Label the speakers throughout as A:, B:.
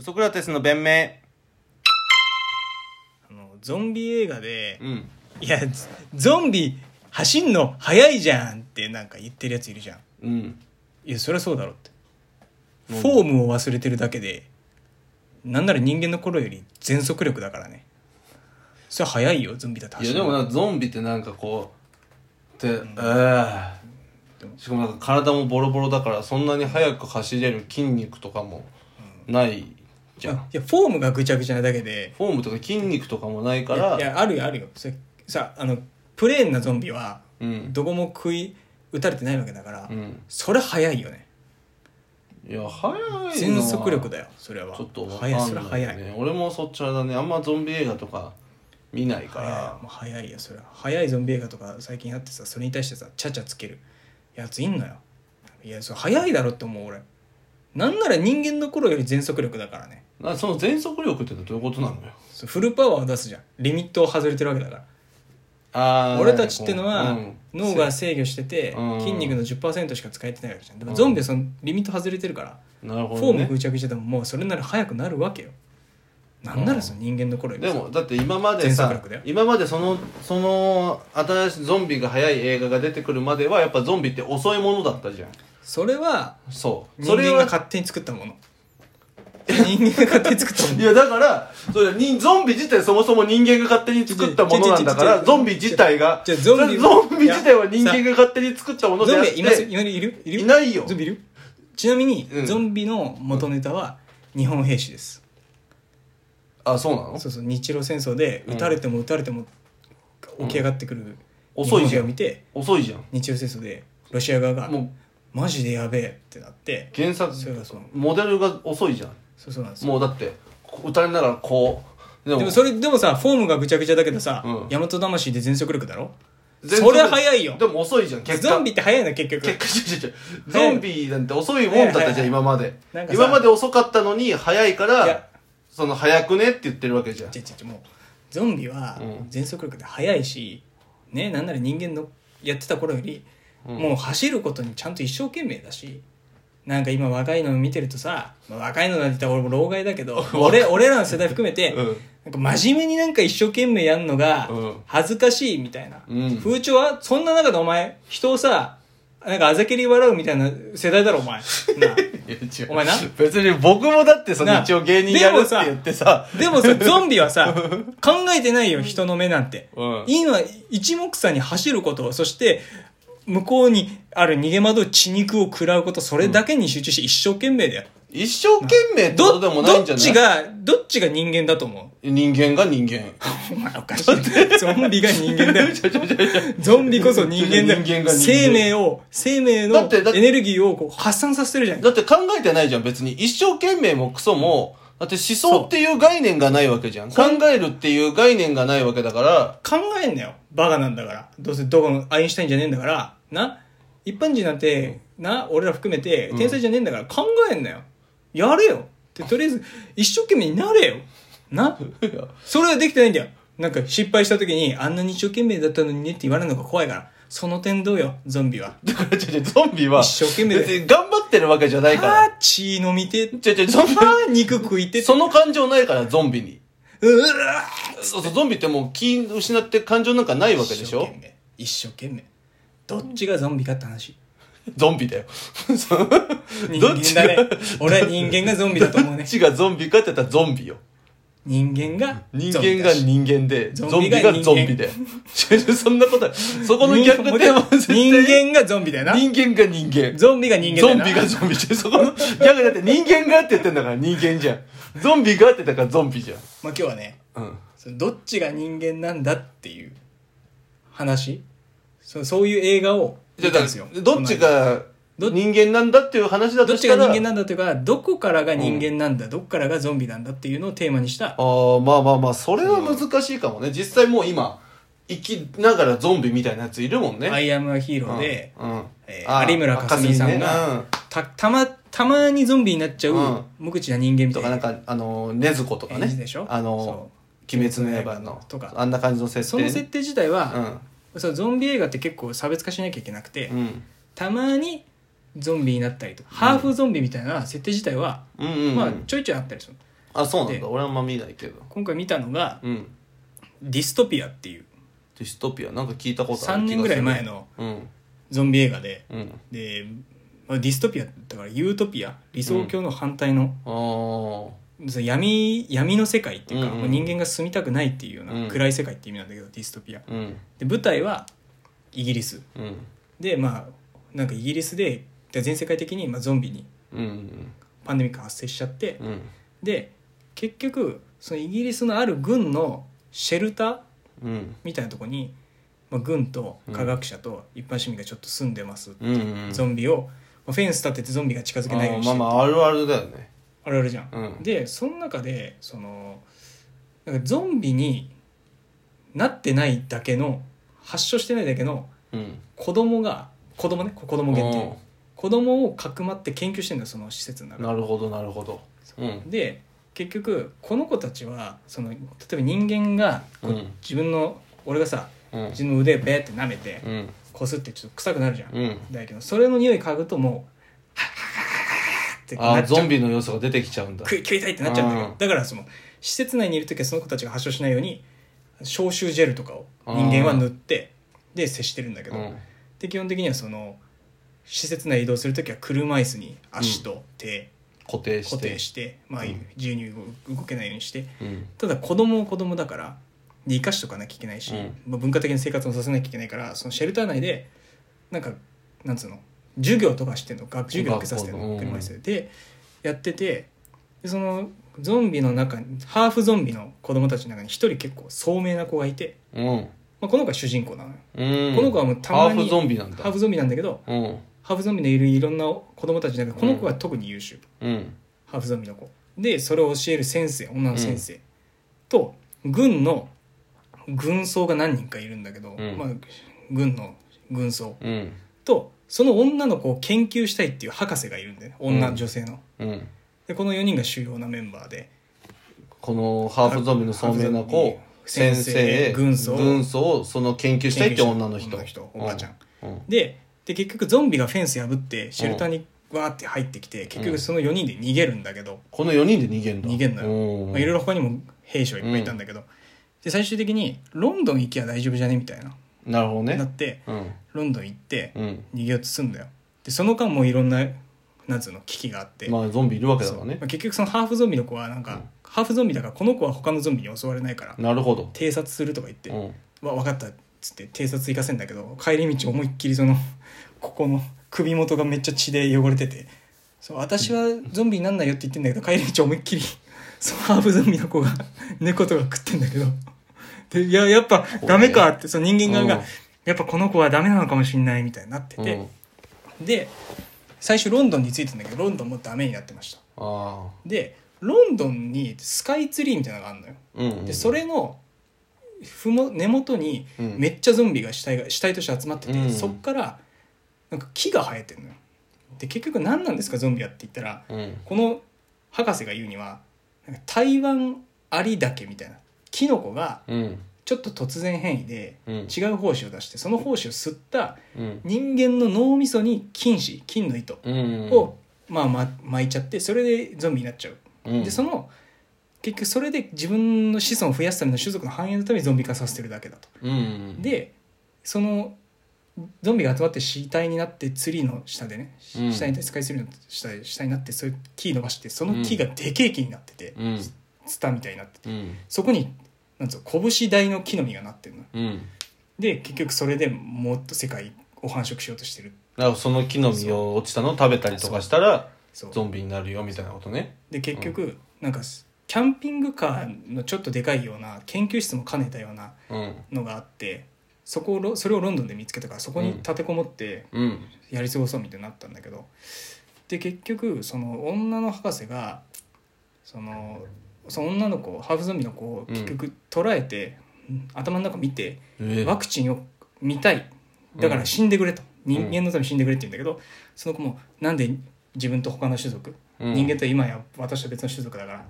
A: ソクラテスの弁明。
B: あのゾンビ映画で、
A: うん。
B: いやゾゾンビ走んの早いじゃんってなんか言ってるやついるじゃん
A: うん。
B: いやそりゃそうだろって
A: うん
B: フォームを忘れてるだけでなんなら人間の頃より全速力だからねそれは早いよゾンビだって
A: い
B: 走
A: や、
B: る
A: でもな、ゾンビってなんかこう、って、えー
B: でも
A: しかもなんか体もボロボロだから、そんなに速く走れる筋肉とかもないじゃ
B: あ
A: ん。
B: いやフォームがぐちゃぐちゃなだけで
A: フォームとか筋肉とかもないか
B: いやい
A: ら、
B: やあるよあるよそれさあのプレーンなゾンビは
A: うん。
B: どこも食い打たれてないわけだから、
A: うん。
B: それ早いよね
A: いや、速いのは
B: 全速力だよそれは
A: ちょっとわかん
B: 早いそれは
A: ない
B: 早
A: よ
B: い
A: ね。俺もそっちはだね、あんまゾンビ映画とか見ないか
B: 早い
A: ら
B: も。う早いよそれは早いゾンビ映画とか最近あってさそれに対してさちゃちゃつけるやついんのよいやそれ早いだろって思う俺なんなら人間の頃より全速力だからね
A: なその全速力ってどういうことなのよ
B: そうフルパワーを出すじゃんリミットを外れてるわけだから
A: あー
B: 俺たちってのは
A: うん
B: 脳が制御してて
A: うん
B: 筋肉の10%しか使えてないわけじゃんでもゾンビはそのリミット外れてるから
A: なるほ
B: フォー
A: ど、
B: ム
A: ね
B: ぐ、ちゃぐちゃでももうそれなら速くなるわけよなんならその人間の頃より
A: で
B: さ
A: もだって今まで
B: 全速
A: さ
B: 力だよ
A: 今までそのその新しいゾンビが速い映画が出てくるまではやっぱゾンビって遅いものだったじゃん
B: それは
A: そう
B: 人
A: それ
B: 間が
A: は
B: 勝手に作ったもの人間が勝手に作ったも
A: い
B: の
A: やだからそれにゾンビ自体そもそも人間が勝手に作ったものなんだか
B: ちょ
A: ら
B: ちょちょ
A: ゾンビ自体が
B: ちょゾンビ
A: ゾンビ自体は人間が勝手に作ったもので
B: ゾ
A: あ
B: ン
A: っ
B: ビ
A: て
B: いますいるいるいる
A: いないよ
B: ゾンビいるちなみに、
A: うん
B: ゾンビの元ネタは日本兵士です
A: あそうなの
B: そうそう日露戦争で
A: うん
B: 撃たれても撃たれても起き上がってくる
A: うん
B: 日
A: 遅
B: 本
A: いじ
B: 兵
A: ゃ
B: を
A: ん
B: 見て
A: 遅いじゃん
B: 日露戦争でロシア側が
A: もう
B: マジでやべえってなって
A: 原作
B: それがそう
A: モデルが遅いじゃん
B: そうそうなんですよ
A: もうだってこう歌いながらこうで
B: でもそれでもさフォームがぐちゃぐちゃだけどさ、
A: うん
B: 大和魂で全速力だろ
A: 全
B: そりゃ早いよ
A: でも遅いじゃん結果
B: ゾンビって早いな結局
A: 結果違う違
B: 早
A: う
B: い
A: ゾンビなんて遅いもんだったじゃん
B: 早い
A: 今まで
B: なんかさ
A: 今まで遅かったのに早いか
B: い
A: ら
B: や
A: その早くねって言ってるわけじゃん
B: ちょちょちょもうゾンビは
A: うん
B: 全速力で速いし、ねなんなら人間のやってた頃より、もう走ることにちゃんと一生懸命だしなんか今若いの見てるとさ、まあ若いのなんて言ったら俺も老害だけ ど俺俺らの世代含めて、
A: うん
B: なんか真面目になんか一生懸命やんのが
A: うん
B: 恥ずかしいみたいな、
A: うん
B: 風潮はそんな中でお前人をさなんかあざけり笑うみたいな世代だろお前な
A: いや
B: あ
A: 違う
B: お前な
A: 別に僕もだってその
B: な
A: 一応芸人やるって言ってさ
B: でもさ、ゾンビはさ、考えてないよ、人の目なんて。
A: うん
B: 今、一目散に走ること、そして、向こうにある逃げ惑う血肉を食らうこと、それだけに集中して一生懸命だよ。
A: 一生懸命ってこと
B: ど、
A: でもない
B: ど
A: ん
B: っ
A: じゃない
B: ちが、どっちが人間だと思
A: 人間が人間
B: うお前おかしい。ゾンビが人 間だよ。ゾンビこそ人間だ
A: 人間
B: よ。
A: が人間
B: 生命を、生命の
A: だってだって
B: エネルギーをこう発散させてるじゃん。
A: だって考えてないじゃん、別に。一生懸命もクソも、だって思想っていう概念がないわけじゃん。考えるっていう概念がないわけだから、
B: 考えんなよバカなんだからどうせどこのアインシュタインじゃねえんだからな一般人なんて、な俺ら含めて天才じゃねえんだから考えんなよやれよってとりあえず一生懸命になれよ なそれはできてないんだよなんか失敗した時にあんなに一生懸命だったのにねって言われるのが怖いからその点どうよゾンビは
A: だから、ちょちょ、ゾンビは、
B: 一生懸命で
A: 別に頑張ってるわけじゃないから。
B: あー血飲みて
A: ちょちょ、
B: あ
A: ゾン
B: ー肉食いて
A: ビ、その感情ないから、ゾンビに。
B: うわ
A: そうそう、ゾンビってもう気失って感情なんかないわけでしょ
B: 一生懸命一生懸命どっちがゾンビかって話
A: ゾンビだよ。 そう
B: 人
A: どっち
B: 間
A: が、
B: だね俺は人間がゾンビだと思う
A: ど
B: ね
A: っちがゾンビかって言ったらゾンビよ。
B: 人間が
A: 人
B: ゾンビ
A: 間
B: だ
A: が
B: し
A: 人間で、
B: ゾ
A: ゾ
B: ン
A: ン
B: ビ
A: ビ
B: が人間
A: がゾンビで。 ちょちょそんなことないそこの逆
B: もう一
A: 転
B: 回
A: は絶対
B: 人間がゾンビだよな
A: 人間が人間。
B: ゾンビが人間だ
A: ゾ
B: よ
A: ン
B: な
A: ビがゾンビじゃん。そこの、逆だって人間がって言ってんだから人間じゃん。ゾンビがって言ったからゾンビじゃん。
B: まあ今日はね
A: うん。
B: そのどっちが人間なんだっていう話そそういう映画を
A: じゃ
B: 見
A: あ
B: たんですよ
A: どっち
B: この間
A: が人間なんだっていう話だ
B: ど
A: と
B: っ
A: し
B: ち
A: た
B: が
A: ら。
B: 人間なんだというかどこからが人間なんだ、どこからがゾンビなんだっていうのをテーマにした
A: ああ、まあまあまあ、それは難しいかもね。実際もう今、生きながらゾンビみたいなやついるもん
B: 「
A: ね。
B: アイアム・ア・ヒーローで」
A: うんうん
B: えー
A: あー
B: 有村架純さんが、
A: 赤
B: たたまたまにゾンビになっちゃう、
A: うん
B: 無口な人間みた
A: とか
B: いな
A: なんか、あの、禰豆子とか
B: 演じ
A: ね
B: でしょ。
A: あ
B: そ
A: の、鬼滅の刃の
B: とか
A: あんな感じの設定。
B: その設定自体は、
A: うん。
B: そうゾンビ映画って結構差別化しなきゃいけなくて、
A: うん。
B: たまにゾンビになったりとか、ハーフゾンビみたいな設定自体は、
A: うんうん、うん
B: まあ、ちょいちょいあったりする
A: あそうなん
B: で
A: だ俺はあんま見ないけど
B: 今回見たのが
A: うん
B: ディストピアっていう
A: ディストピアなんか聞いたことあ
B: 3
A: る気がする
B: 年ぐらい前の
A: うん
B: ゾンビ映画で
A: うん
B: で、まあディストピアだからユートピア理想郷の反対の,、
A: あー
B: その闇闇の世界っていうか、
A: うんうん
B: もう人間が住みたくないっていうよう
A: うん
B: な暗い世界って意味なんだけど、ディストピア
A: うん
B: で舞台はイギリス
A: うん
B: でまあなんかイギリスでで全世界的に、まあ、ゾンビに
A: うんうん
B: パンデミックが発生しちゃって、
A: うん
B: で結局そのイギリスのある軍のシェルター
A: うん
B: みたいなとこに、まあ、軍と科学者と一般市民がちょっと住んでます、
A: うんうん
B: ゾンビを、まあ、フェンス立ててゾンビが近づけないようにし
A: あー
B: てる
A: まあまああるあるだよね
B: あるあるじゃん、
A: うん
B: でその中でそのなんかゾンビになってないだけの発症してないだけの
A: うん
B: 子供が子供ね子供限
A: うん
B: 定子供をかくまって研究してんだよその施設の中で
A: なるほどなるほどうん
B: で結局この子たちはその例えば人間がこう
A: うん
B: 自分の俺がさ
A: うん
B: 自分の腕をベーって舐めて
A: うん
B: こすってちょっと臭くなるじゃん、
A: うん
B: だけどそれの匂い嗅ぐとも
A: あー
B: うはっはっはっはっはっはってなっち
A: ゾ
B: ゃう
A: ンビの要素が出てきちゃうんだ
B: 食い食いたいってなっちゃうんだけど、
A: うん
B: だからその施設内にいる時はその子たちが発症しないように消臭ジェルとかを人間は塗ってで接してるんだけど、
A: うん
B: で基本的にはその施設内移動する時は車椅子に足と手
A: 固定して
B: 固定して、まあ
A: うん
B: 自由に動けないようにして
A: うん
B: ただ子供は子供だからで生かしとかなきゃいけないし、
A: うん
B: まあ、文化的な生活もさせなきゃいけないからそのシェルター内でなんかなんつうの授業とかしてんの学授業受けさせてん
A: 学校
B: の
A: の
B: 車椅子ででやっててでそのゾンビの中にハーフゾンビの子供たちの中に一人結構聡明な子がいて、
A: うん
B: まあ、この子が主人公なのよ
A: うん
B: この子はもうたま
A: ハ
B: に
A: ーフゾンビなんだ
B: ハーフゾンビなんだけど
A: うん
B: ハーフゾンビのいるいろんな子供たちの中でこの子が特に優秀、
A: うん
B: ハーフゾンビの子でそれを教える先生女の先生、と軍の軍曹が何人かいるんだけど、
A: うん
B: まあ、軍の軍曹
A: うん
B: とその女の子を研究したいっていう博士がいるんだよね女、
A: うん
B: 女性の
A: うん
B: でこの4人が主要なメンバーで
A: このハーフゾンビの聡明な子を先生
B: 軍曹
A: 軍曹をその研究したいって女の人
B: 女の人おばあちゃん、
A: うん
B: でで結局ゾンビがフェンス破ってシェルターにわーって入ってきて結局その4人で逃げるんだけど、
A: この4人で逃げんだ
B: 逃げんのよ
A: よ
B: まあ、いろいろ他にも兵士はいっぱいいたんだけど、で最終的にロンドン行きゃ大丈夫じゃねみたいな
A: なるほど
B: な
A: ね
B: って
A: うん
B: ロンドン行って
A: うん
B: 逃げようとすんだよでその間もいろんななんつうの危機があって、
A: まあゾンビいるわけだ
B: そ
A: か
B: う
A: ら
B: ま
A: ね
B: あ結局そのハーフゾンビの子はなんか、
A: うん
B: ハーフゾンビだからこの子は他のゾンビに襲われないから
A: なるほど
B: 偵察するとか言って、
A: うん
B: わ分かったっつって偵察行かせんだけど帰り道思いっきりその ここの首元がめっちゃ血で汚れててそう私はゾンビになんないよって言ってんだけど帰り道思いっきり そのハーフゾンビの子が 猫とか食ってんだけどでいややっぱダメかってその人間側
A: うん
B: がやっぱこの子はダメなのかもしれないみたいになって
A: う
B: て
A: ん、
B: で最初ロンドンに着いてんだけどロンドンもダメになってました
A: ああ
B: でロンドンにスカイツリーみたいなのがあるのよ
A: うんうん
B: でそれのふも根元に
A: うん
B: めっちゃゾンビが死体が死体として集まってて、
A: うん
B: そっからなんか木が生えてるのよで結局何なんですかゾンビはって言ったら
A: うん
B: この博士が言うにはなんか台湾アリダケみたいなキノコが
A: うん
B: ちょっと突然変異で
A: うん
B: 違う胞子を出してその胞子を吸った
A: うん
B: 人間の脳みそに菌糸菌の糸
A: うん
B: を、まあ、ま巻いちゃってそれでゾンビになっちゃう
A: うん
B: でその結局それで自分の子孫を増やすための種族の繁栄のためにゾンビ化させてるだけだと。
A: うん
B: でそのゾンビが集まって死体になってツリーの下でね、
A: うん
B: 死体にスカイツリーの下で死体になってそういう木伸ばしてその木がでけえ木になってて、
A: うん
B: ツタみたいになってて
A: うん
B: そこになんつうの拳大の木の実がなってるの
A: うん
B: で結局それでもっと世界を繁殖しようとしてる
A: だからその木の実を落ちたのを食べたりとかしたら
B: そう
A: ゾンビになるよみたいなことね
B: で結局なんかキャンピングカーのちょっとでかいような研究室も兼ねたような
A: うん
B: のがあってそこをロそれをロンドンで見つけたからそこに立てこもって
A: うん
B: やり過ごそうみたいになったんだけど、で結局その女の博士がそのその女の子ハーフゾンビの子を結局捉えて、頭の中見て
A: え
B: ワクチンを見たいだから死んでくれと、人間のために死んでくれって言うんだけどその子もなんで自分と他の種族、
A: うん
B: 人間と今や私と別の種族だから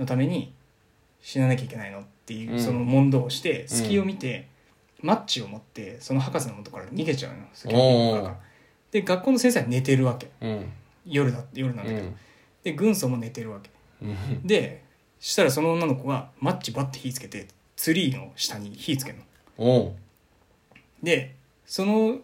B: のために死ななきゃいけないのっていううんその問答をして、隙を見てマッチを持ってその博士の元から逃げちゃうのその
A: おー
B: がで学校の先生は寝てるわけ
A: うん
B: 夜だ夜なんだけど、で軍曹も寝てるわけ
A: うん
B: でしたらその女の子がマッチバッて火つけてツリーの下に火つけるの
A: おう
B: でその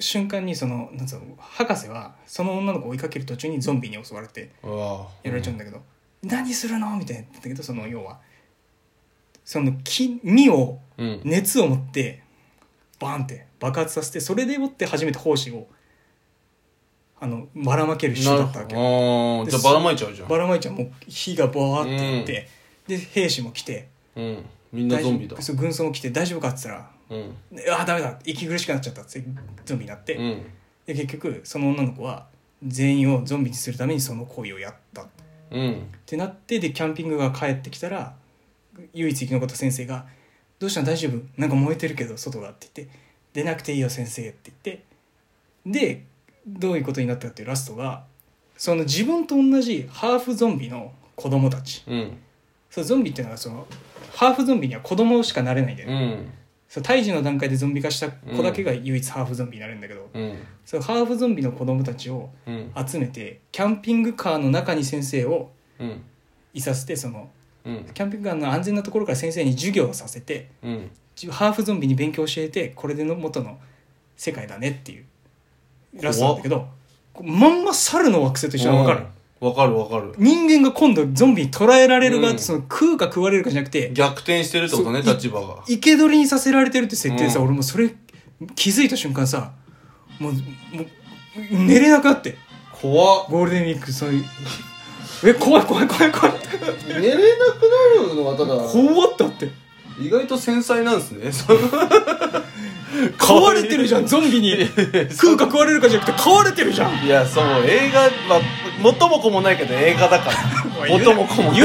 B: 瞬間にそのなんつうの博士はその女の子を追いかける途中にゾンビに襲われて
A: うわ
B: やられちゃうんだけど「何するの?」みたいなだけどその要はその木実を
A: うん
B: 熱を持ってバーンって爆発させてそれでもって初めて胞子をあのばらまける人
A: な
B: だ
A: る
B: ったわ
A: ほ
B: け
A: どあーじゃあばらまいちゃうじゃん
B: ばらまいちゃんもう火がバーっていって、で兵士も来て
A: うんみんなゾンビだ
B: 大丈夫そう軍曹も来て「大丈夫か?」っつったら
A: うん
B: 「ああダメだ息苦しくなっちゃった」っつってゾンビになって、
A: うん
B: で結局その女の子は全員をゾンビにするためにその行為をやったっ
A: うん
B: てなってでキャンピングが帰ってきたら唯一生き残った先生が「どうしたの大丈夫なんか燃えてるけど外が」って言って「出なくていいよ先生」って言ってでどういうことになったかっていうラストがその自分と同じハーフゾンビの子供たち
A: うん
B: そうゾンビっていうのはそのハーフゾンビには子供しかなれないんだよね、
A: うん
B: そう胎児の段階でゾンビ化した子だけが唯一ハーフゾンビになれるんだけど、
A: うん
B: そうハーフゾンビの子供たちを
A: うん
B: 集めてキャンピングカーの中に先生を
A: うん
B: いさせてその
A: うん
B: キャンピングカーの安全なところから先生に授業をさせて
A: うん
B: じハーフゾンビに勉強を教えてこれでの元の世界だねっていうラストなんだけどこうまんま猿の惑星と一緒なの分かる
A: うんわかるわかる
B: 人間が今度ゾンビに捕らえられる側って
A: うん
B: その食うか食われるかじゃなくて
A: 逆転してるってことね
B: そう
A: 立場が
B: 生け捕りにさせられてるって設定さ、
A: うん
B: 俺もうそれ気づいた瞬間さもうもう寝れなくなって
A: 怖っ
B: ゴールデンウィークそういうえ怖い怖い怖い怖い
A: 寝れなくなるのはただ
B: 怖ってあ って
A: 意外と繊細なんですね その
B: 飼われてるじゃんゾンビに 食うか食われるかじゃなくて飼われてるじゃ ん
A: いやそう映画まあ元も子もないけど映画だから元も子もない
B: 言